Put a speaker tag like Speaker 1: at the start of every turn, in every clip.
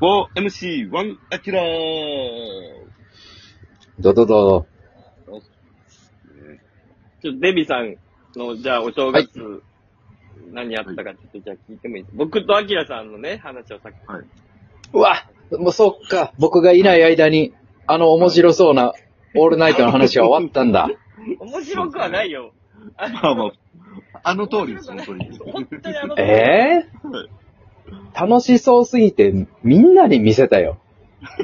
Speaker 1: 4MC1 アキラー
Speaker 2: どどど
Speaker 3: ちょっとデビさんの、じゃあお正月、何やったかちょっとじゃあ聞いてもいいですか、僕とアキラさんのね、話をさっき。
Speaker 2: うわ、もうそっか、僕がいない間に、あの面白そうな、オールナイトの話は終わったんだ。
Speaker 3: 面白くはないよ。あ
Speaker 1: まあまあ、あの通りです、本当に。
Speaker 3: 本当にあの、
Speaker 2: えぇ、楽しそうすぎて、みんなに見せたよ。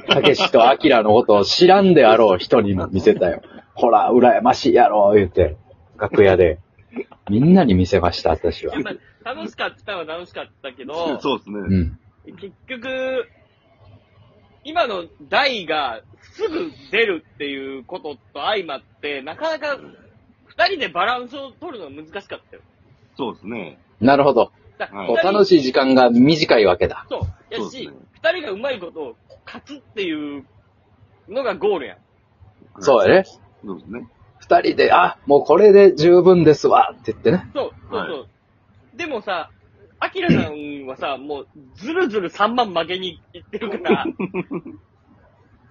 Speaker 2: たけしとあきらのことを知らんであろう人にも見せたよ。ほら、羨ましいやろ、言うて、楽屋で。みんなに見せました、私は。
Speaker 3: まあ楽しかったは楽しかったけど、
Speaker 1: そうですね。
Speaker 2: うん。
Speaker 3: 結局、今の台がすぐ出るっていうことと相まって、なかなか二人でバランスを取るの難しかったよ。
Speaker 1: そうですね。
Speaker 2: なるほど。
Speaker 3: だから
Speaker 1: はい
Speaker 2: こう
Speaker 3: 二人
Speaker 2: 楽しい時間が短いわけだ。
Speaker 3: そう。や
Speaker 1: そうです
Speaker 3: し
Speaker 1: ね、
Speaker 3: 二、人がうまいことを勝つっていうのがゴールやん。
Speaker 2: そうやね。
Speaker 1: そうですね。
Speaker 2: 二人で、あ、もうこれで十分ですわ、って言ってね。
Speaker 3: そう、そうそう。
Speaker 1: は
Speaker 3: でもさ、アキラさんはさ、もう、ずるずる3万負けにいってる から、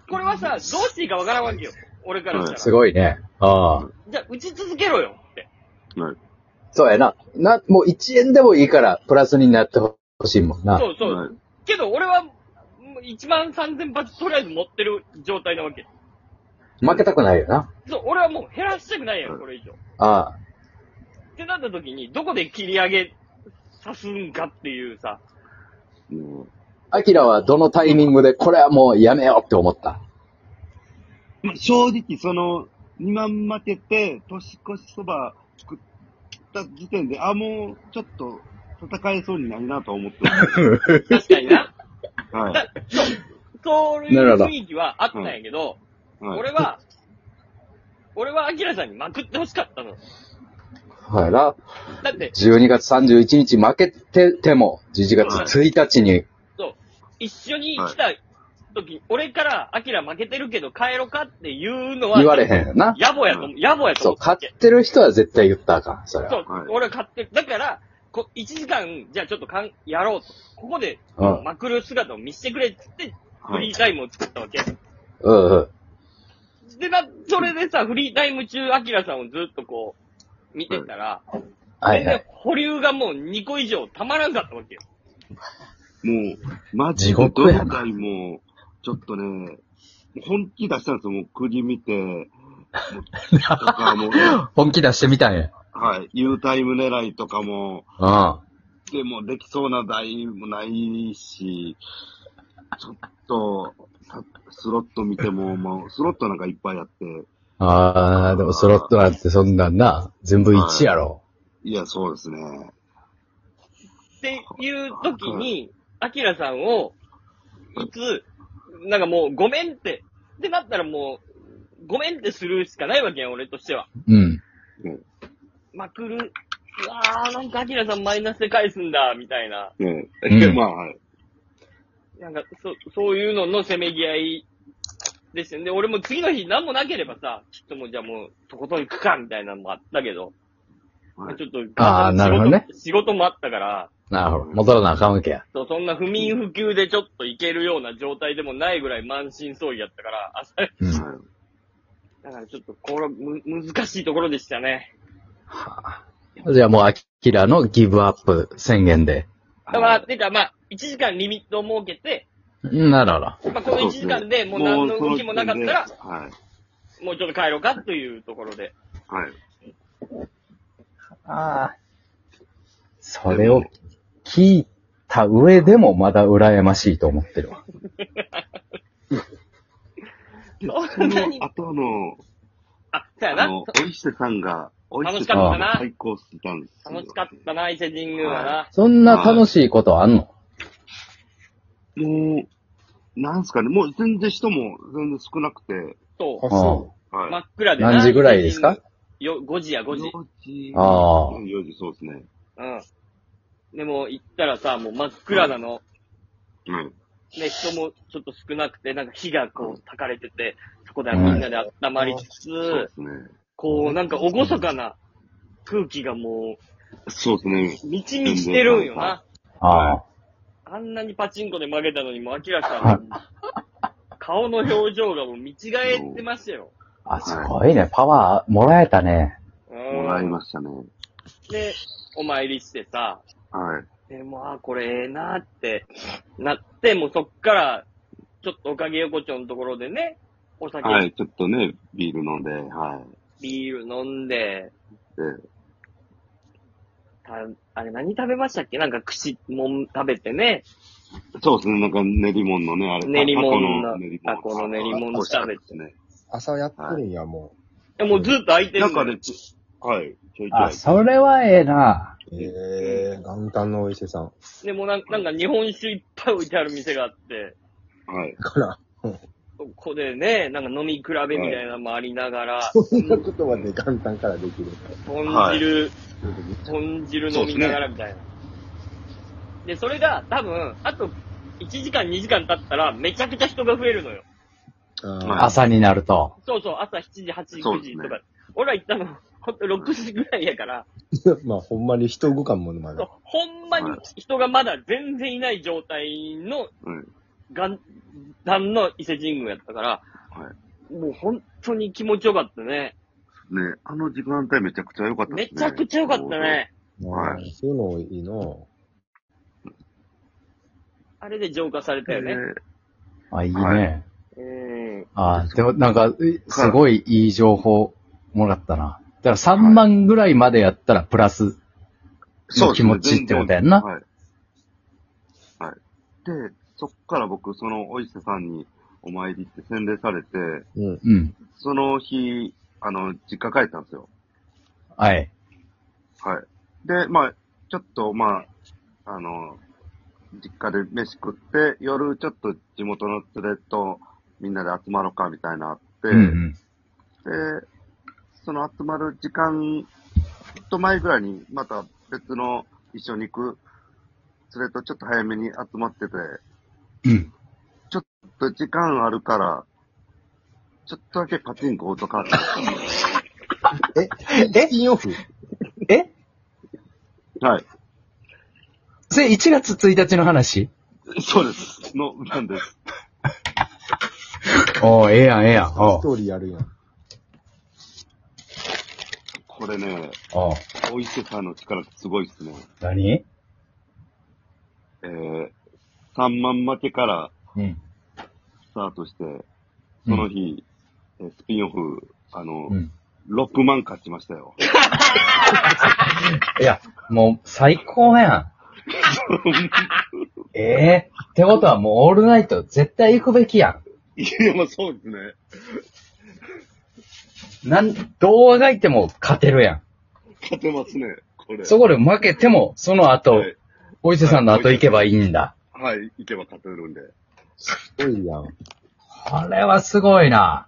Speaker 3: これはさ、どうしていいかわからんわけよ。俺からした
Speaker 2: す
Speaker 3: ら。
Speaker 2: ごいね。ああ。
Speaker 3: じゃあ、打ち続けろよって。
Speaker 1: はい。
Speaker 2: そうやな。な、もう1円でもいいから、プラスになってほしいもんな。
Speaker 3: そうそう。
Speaker 1: はい
Speaker 3: けど、俺は、1万3000発とりあえず持ってる状態なわけ。
Speaker 2: 負けたくないよな。
Speaker 3: そう、俺はもう減らしたくないや
Speaker 1: は
Speaker 3: ん、
Speaker 1: い
Speaker 3: これ以上。
Speaker 2: ああ。
Speaker 3: ってなった時に、どこで切り上げさすんかっていうさ、
Speaker 1: も
Speaker 2: アキラはどのタイミングで、これはもうやめようって思った。
Speaker 1: うまあ、正直、その、2万負けて、年越しそば作った時点で、あ、もう、ちょっと、戦えそうになるなとは思っ てます。
Speaker 3: 確かにな。
Speaker 1: はい。
Speaker 3: そうい
Speaker 2: なる
Speaker 3: う
Speaker 2: ほど
Speaker 3: 雰囲気はあったんやけど、
Speaker 1: はい、
Speaker 3: 俺は、俺はアキラさんにまくってほしかったの。
Speaker 2: はいな。
Speaker 3: だって、
Speaker 2: 12月31日負けてても、11月1日に、
Speaker 3: そう、一緒に来た時、俺からアキラ負けてるけど帰ろかっていうのは、
Speaker 2: 言われへんよな。
Speaker 3: 野暮やと思う、野暮やと
Speaker 2: そう、
Speaker 3: 思う
Speaker 2: 勝ってる人は絶対言ったらあかん、それ
Speaker 3: そ
Speaker 2: は。
Speaker 3: う、
Speaker 1: はい
Speaker 3: 俺は勝ってる。だから、こ1時間、じゃあちょっとかんやろうと。ここで、
Speaker 2: うん
Speaker 3: まくる姿を見せてくれっつって、フ
Speaker 1: は
Speaker 3: リー
Speaker 1: い。
Speaker 3: タイムを作ったわけ。
Speaker 2: うんうん。
Speaker 3: で、な、それでさ、フリータイム中、アキラさんをずっとこう、見てたら、
Speaker 2: はいはい
Speaker 3: で。保留がもう2個以上たまらんかったわけよ。
Speaker 1: もう、マジ
Speaker 2: 地
Speaker 1: で、
Speaker 2: 獄
Speaker 1: ど
Speaker 2: やな
Speaker 1: の回も、ちょっとね、もう本気出したんですよ、もう、釘見 て、もうとか、もう、
Speaker 2: 本気出してみたんや。
Speaker 1: はい、U タイム狙いとかも、
Speaker 2: うん。
Speaker 1: でもできそうな台もないし、ちょっと、さスロット見ても、もう、スロットなんかいっぱいあって、
Speaker 2: ああ、でもスロットなんてそんなんな、全部1やろ。
Speaker 1: いや、そうですね。
Speaker 3: っていう時に、アキラさんを、いつ、なんかもう、ごめんって、ってなったらもう、ごめんってするしかないわけやん、俺としては。
Speaker 2: うん。
Speaker 3: まくる、うわー、なんかアキラさんマイナスで返すんだ、みたいな。
Speaker 1: ね、
Speaker 2: うん
Speaker 1: まあ、はい。
Speaker 3: なんか、そ、そういうののせめぎ合いでしたね。で、俺も次の日何もなければさ、きっともうじゃあもう、とことん行くか、みたいなのもあったけど、
Speaker 1: はい
Speaker 3: ちょっと、
Speaker 2: あーなるほどね
Speaker 3: 仕事。仕事もあったから、
Speaker 2: なるほど。戻らなあかんわけや。
Speaker 3: そう、そんな不眠不休でちょっといけるような状態でもないぐらい満身創痍やったから、朝、
Speaker 2: うん。
Speaker 1: はい
Speaker 3: だからちょっと、これ、む、難しいところでしたね。
Speaker 2: じゃあもう、アキラのギブアップ宣言で。
Speaker 3: だから、てか、まあ、1時間リミットを設けて、
Speaker 2: なるほど。
Speaker 3: まあ、この1時間でもう何の動きもなかったら、
Speaker 1: そうですねもうその時点で
Speaker 3: もうちょっと帰ろうかというところで。
Speaker 1: はい。はい。
Speaker 2: ああ。それを聞いた上でもまだ羨ましいと思ってるわ。
Speaker 1: で
Speaker 3: そんなに
Speaker 1: その後の、
Speaker 3: あ、そうや
Speaker 1: あ
Speaker 3: な。
Speaker 1: の、おいしてさんが、おいしてさん
Speaker 2: 楽しかった
Speaker 3: な
Speaker 1: が最高すぎたんですよ
Speaker 3: 楽しかったな、伊勢神宮はな。
Speaker 2: そんな楽しいことあんの
Speaker 1: もう、なんすかね、もう全然人も全然少なくて、
Speaker 3: そう。
Speaker 2: そ
Speaker 1: はい。
Speaker 3: 真っ暗でな。
Speaker 2: 何時ぐらいですか
Speaker 3: よ、5時や、5時。
Speaker 1: 4時。
Speaker 2: ああ
Speaker 1: 4時、そうですね。
Speaker 3: うん。でも、行ったらさ、もう真っ暗なの。
Speaker 1: うん。
Speaker 3: ね、人もちょっと少なくて、なんか火がこう、焚かれてて、そこではみんなで温まりつつ、
Speaker 1: そうですね。
Speaker 3: こう、なんか厳かな空気がも
Speaker 1: そうですね。
Speaker 3: う、満ち満ちてるんよな。
Speaker 2: ああ。
Speaker 3: あんなにパチンコで負けたのに、もう、アキラさん、顔の表情がもう見違えてましたよ。
Speaker 2: あ、すごいね。パワーもらえたね。
Speaker 3: う
Speaker 1: もらい
Speaker 3: ん。
Speaker 1: ましたね。
Speaker 3: で、お参りしてさ、
Speaker 1: はい。
Speaker 3: でも、あー、これええなってなって、もうそっから、ちょっとおかげ横丁のところでね、お酒、
Speaker 1: はい、ちょっとね、ビール飲んで、は
Speaker 3: ビール飲んで、
Speaker 1: い。で、
Speaker 3: たあれ何食べましたっけなんか串もん食べてね、
Speaker 1: そうですね、なんか練り物のね、あれ、
Speaker 3: 練り物の
Speaker 1: タコの練り物。
Speaker 3: タコの練り物食べて
Speaker 1: ね。
Speaker 4: 朝やってるんや、も
Speaker 3: でもうずっと空いてる
Speaker 1: なん
Speaker 3: の
Speaker 1: か
Speaker 3: よ
Speaker 1: ね、ちはい、ちょいちょ
Speaker 2: あ、
Speaker 1: い。
Speaker 2: それはええな。
Speaker 4: う。ええー、元旦のお伊勢さん。
Speaker 3: でもなんなんか日本酒いっぱい置いてある店があって、
Speaker 1: はい。
Speaker 4: から、
Speaker 3: ここでね、なんか飲み比べみたいなのもありながら、
Speaker 4: そんなことまで元旦からできる。
Speaker 3: 豚汁、
Speaker 4: めっちゃ
Speaker 3: 豚汁飲みながらみたいな。で、それが多分、あと1時間2時間経ったらめちゃくちゃ人が増えるのよ。
Speaker 1: はい
Speaker 4: あ
Speaker 2: 朝になると。
Speaker 3: そうそう、朝7時、8時、
Speaker 1: そ
Speaker 3: 9
Speaker 1: うです
Speaker 3: 時
Speaker 1: ね
Speaker 3: とか。俺ら行ったの、ほんと6時ぐらいやから、
Speaker 4: ーまあ、ほんまに人動かんものま
Speaker 3: そう
Speaker 4: だ。
Speaker 3: ほんまに人がまだ全然いない状態の
Speaker 1: うん。
Speaker 3: 元旦の伊勢神宮やったから、
Speaker 1: は
Speaker 3: もう本当に気持ちよかったね。
Speaker 1: い。ね、あの時間帯めちゃくちゃ良かったで
Speaker 3: め
Speaker 1: すね。
Speaker 3: ちゃくちゃよかったね。
Speaker 1: はい
Speaker 4: そういうのいいの。
Speaker 3: あれで浄化された
Speaker 1: そうそ
Speaker 3: よ
Speaker 1: う。
Speaker 3: ね。
Speaker 2: あ、いい
Speaker 1: は
Speaker 2: ね。
Speaker 3: うん。
Speaker 2: あ、でもなんか、すごいいい情報もらったな。だから3万ぐらいまでやったらプラス。
Speaker 1: そう
Speaker 2: の気持ちってことやんな
Speaker 1: はい。はい。で、そっから僕、そのお伊勢さんにお参りって洗礼されて、
Speaker 4: うん。
Speaker 2: うん。
Speaker 1: その日、あの、実家帰ったんですよ。
Speaker 2: はい。
Speaker 1: はい。で、まあ、ちょっと、まあ、あの、実家で飯食って、夜ちょっと地元の連れとみんなで集まろうかみたいなあって、
Speaker 2: うんうん。
Speaker 1: で、その集まる時間と前ぐらいに、また別の一緒に行く連れとちょっと早めに集まってて、
Speaker 2: うん。
Speaker 1: ちょっと時間あるから、ちょっとだけパチンコとか、
Speaker 4: え、え金曜日
Speaker 2: え
Speaker 1: はい。
Speaker 2: それ1月1日の話
Speaker 1: そうです。の、なんです。
Speaker 2: おうええやん、ええやん。お
Speaker 4: ス
Speaker 2: う
Speaker 4: トーリーやるやん。
Speaker 1: これね、
Speaker 2: おう
Speaker 1: お伊勢さんの力ってすごいですね。
Speaker 2: 何
Speaker 1: えー、3万負けから
Speaker 2: うん。
Speaker 1: スタートして、その日、えースピンオフ、あの、
Speaker 2: うん。
Speaker 1: 6万勝ちましたよ。
Speaker 2: いや、もう最高や ん。ええってことはもうオールナイト絶対行くべきや
Speaker 1: いや、まあそうですね。
Speaker 2: ん。なん、どうあがいても勝てるや
Speaker 1: 勝てますね、これ。
Speaker 2: ん。そこで負けても、その後、
Speaker 1: はい、
Speaker 2: お伊勢さんの後行けばいいんだ。
Speaker 1: はい、行けば勝てるんで。
Speaker 4: ストーリーやん。
Speaker 2: これはすごいな。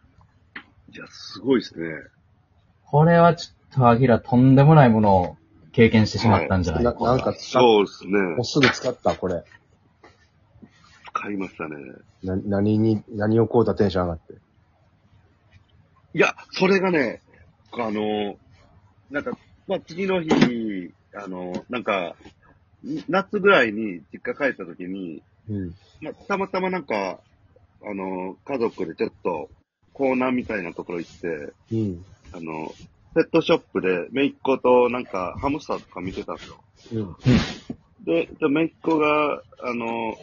Speaker 1: いや、すごいですね。
Speaker 2: これはちょっとアギラとんでもないものを経験してしまったんじゃな、
Speaker 4: ないなんか使っ、
Speaker 1: そ
Speaker 4: も
Speaker 1: うですね。
Speaker 4: うすぐ使った、これ。
Speaker 1: 買いましたね。
Speaker 4: な、何に、何をこうたテンション上がって。
Speaker 1: いや、それがね、あの、なんか、まあ、次の日、あの、なんか、夏ぐらいに実家帰った時に、
Speaker 4: うん。
Speaker 1: まあ、たまたまなんか、あの、家族でちょっと、コーナーみたいなところ行って、
Speaker 4: うん。
Speaker 1: あの、ペットショップで、めいっ子となんか、ハムスターとか見てたんですよ。
Speaker 4: うん。
Speaker 1: で、でめいっ子が、あの、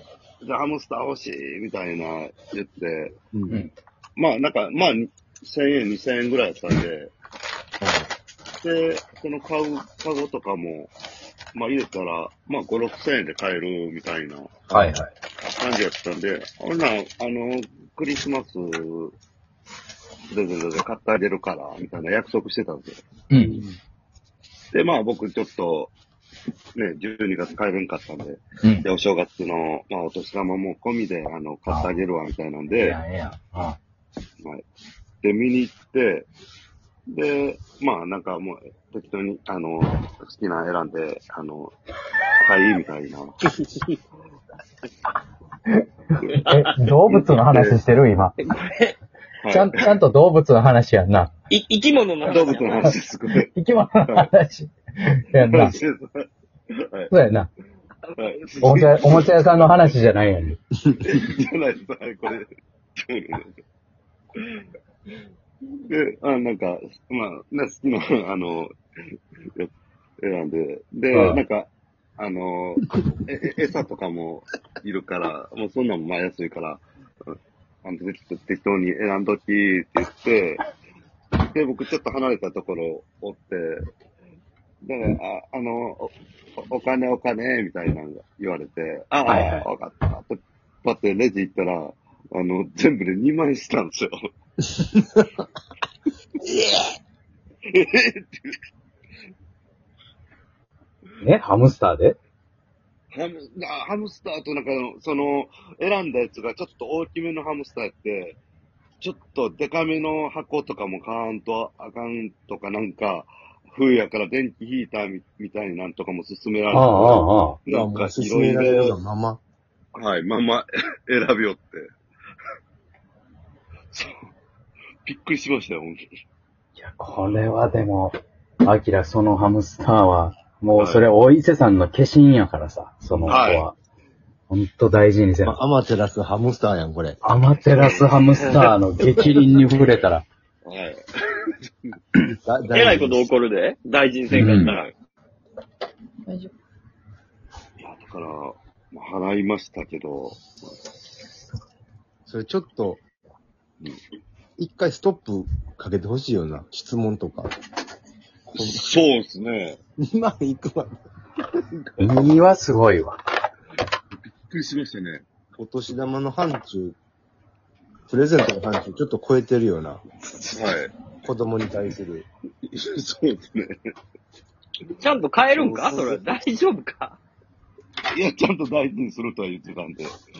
Speaker 1: じゃあハムスター欲しい、みたいな言って、
Speaker 4: うん。
Speaker 2: うん
Speaker 1: まあなんか、まあ、1000円、2000円ぐらいやったんで、で、この買う、カゴとかも、まあ入れたら、まあ5、6000円で買える、みたいな。
Speaker 2: はいはい。
Speaker 1: 感じやったんで、ほんなら、あの、クリスマス、プレゼントで買ってあげるから、みたいな約束してたんですよ。
Speaker 2: うん。
Speaker 1: で、まあ僕ちょっと、ね、12月帰れんかったんで、
Speaker 2: うん。
Speaker 1: で、お正月の、まあお年玉も込みで、あの、買ってあげるわ、みたいなん
Speaker 2: ええ
Speaker 1: で、
Speaker 2: やん、ええやん。あ
Speaker 1: はい。で、見に行って、で、まあなんかもう適当に、あの、好きなの選んで、あの、はい、みたいな。
Speaker 2: え、動物の話してる今。
Speaker 1: はい
Speaker 2: ちゃん、ちゃんと動物の話やんな。
Speaker 3: い生き物の話。
Speaker 1: 動物の話です、ごめん。
Speaker 2: 生き物の話やんな。
Speaker 1: はい
Speaker 2: そうやな。
Speaker 1: はい。
Speaker 2: おも ちゃ、おもちゃ屋さんの話じゃないやね。
Speaker 1: じゃないです。はい、これ。で、あなんか、まあ、ね、好きな、あの、や選んで、で、
Speaker 2: はい
Speaker 1: なんか、あの、え、え餌とかもいるから、もうそんなんもまあ安いから、あの適当適当に選んどきって言って、で、僕ちょっと離れたところおって、で、ああの、おおお金お金みたいなのが言われて、ああ、
Speaker 2: はいはい
Speaker 1: わかった。とパッてレジ行ったら、あの、全部で2万円したんですよ。
Speaker 2: ね、ハムスターで
Speaker 1: ハムあハムスターとなんかの、その、選んだやつがちょっと大きめのハムスターやって、ちょっとデカめの箱とかも買わんとあかんとかなんか、風やから電気ヒーターみみたいになんとかも勧めら
Speaker 2: あ
Speaker 1: れ
Speaker 2: あ、あ
Speaker 1: て、
Speaker 2: あ、ああ。
Speaker 4: いや、
Speaker 1: なん
Speaker 4: も
Speaker 1: か
Speaker 4: う
Speaker 1: い
Speaker 4: 進
Speaker 1: ろい
Speaker 4: められるが
Speaker 1: ろ、
Speaker 4: まま。
Speaker 1: はい、まんま 選びよって。そうびっくりしましたよ、本当に。
Speaker 2: いや、これはでも、アキラ、そのハムスターは、もうそれ、お伊勢さんの化身やからさ、その子
Speaker 1: はい
Speaker 2: は。ほんと大事にせな。
Speaker 4: アマテラスハムスターやん、これ。
Speaker 2: アマテラスハムスターの激鱗に触れたら、
Speaker 1: はい。
Speaker 4: だ
Speaker 3: えらいこと起こるで。大臣選挙したら。
Speaker 5: 大丈夫。
Speaker 1: いや、だから、まあ払いましたけど、
Speaker 4: それちょっと、一回ストップかけてほしいよな。質問とか。
Speaker 1: そうですね。
Speaker 4: 2万いくわ。
Speaker 2: 身はすごいわ。
Speaker 1: びっくりしましたね。
Speaker 4: お年玉の範疇、プレゼントの範疇、ちょっと超えてるよな。
Speaker 1: はい。
Speaker 4: 子供に対する。
Speaker 1: そうですね。
Speaker 3: ちゃんと変えるんかそれ。大丈夫か
Speaker 1: いや、ちゃんと大事にするとは言ってたんで。それ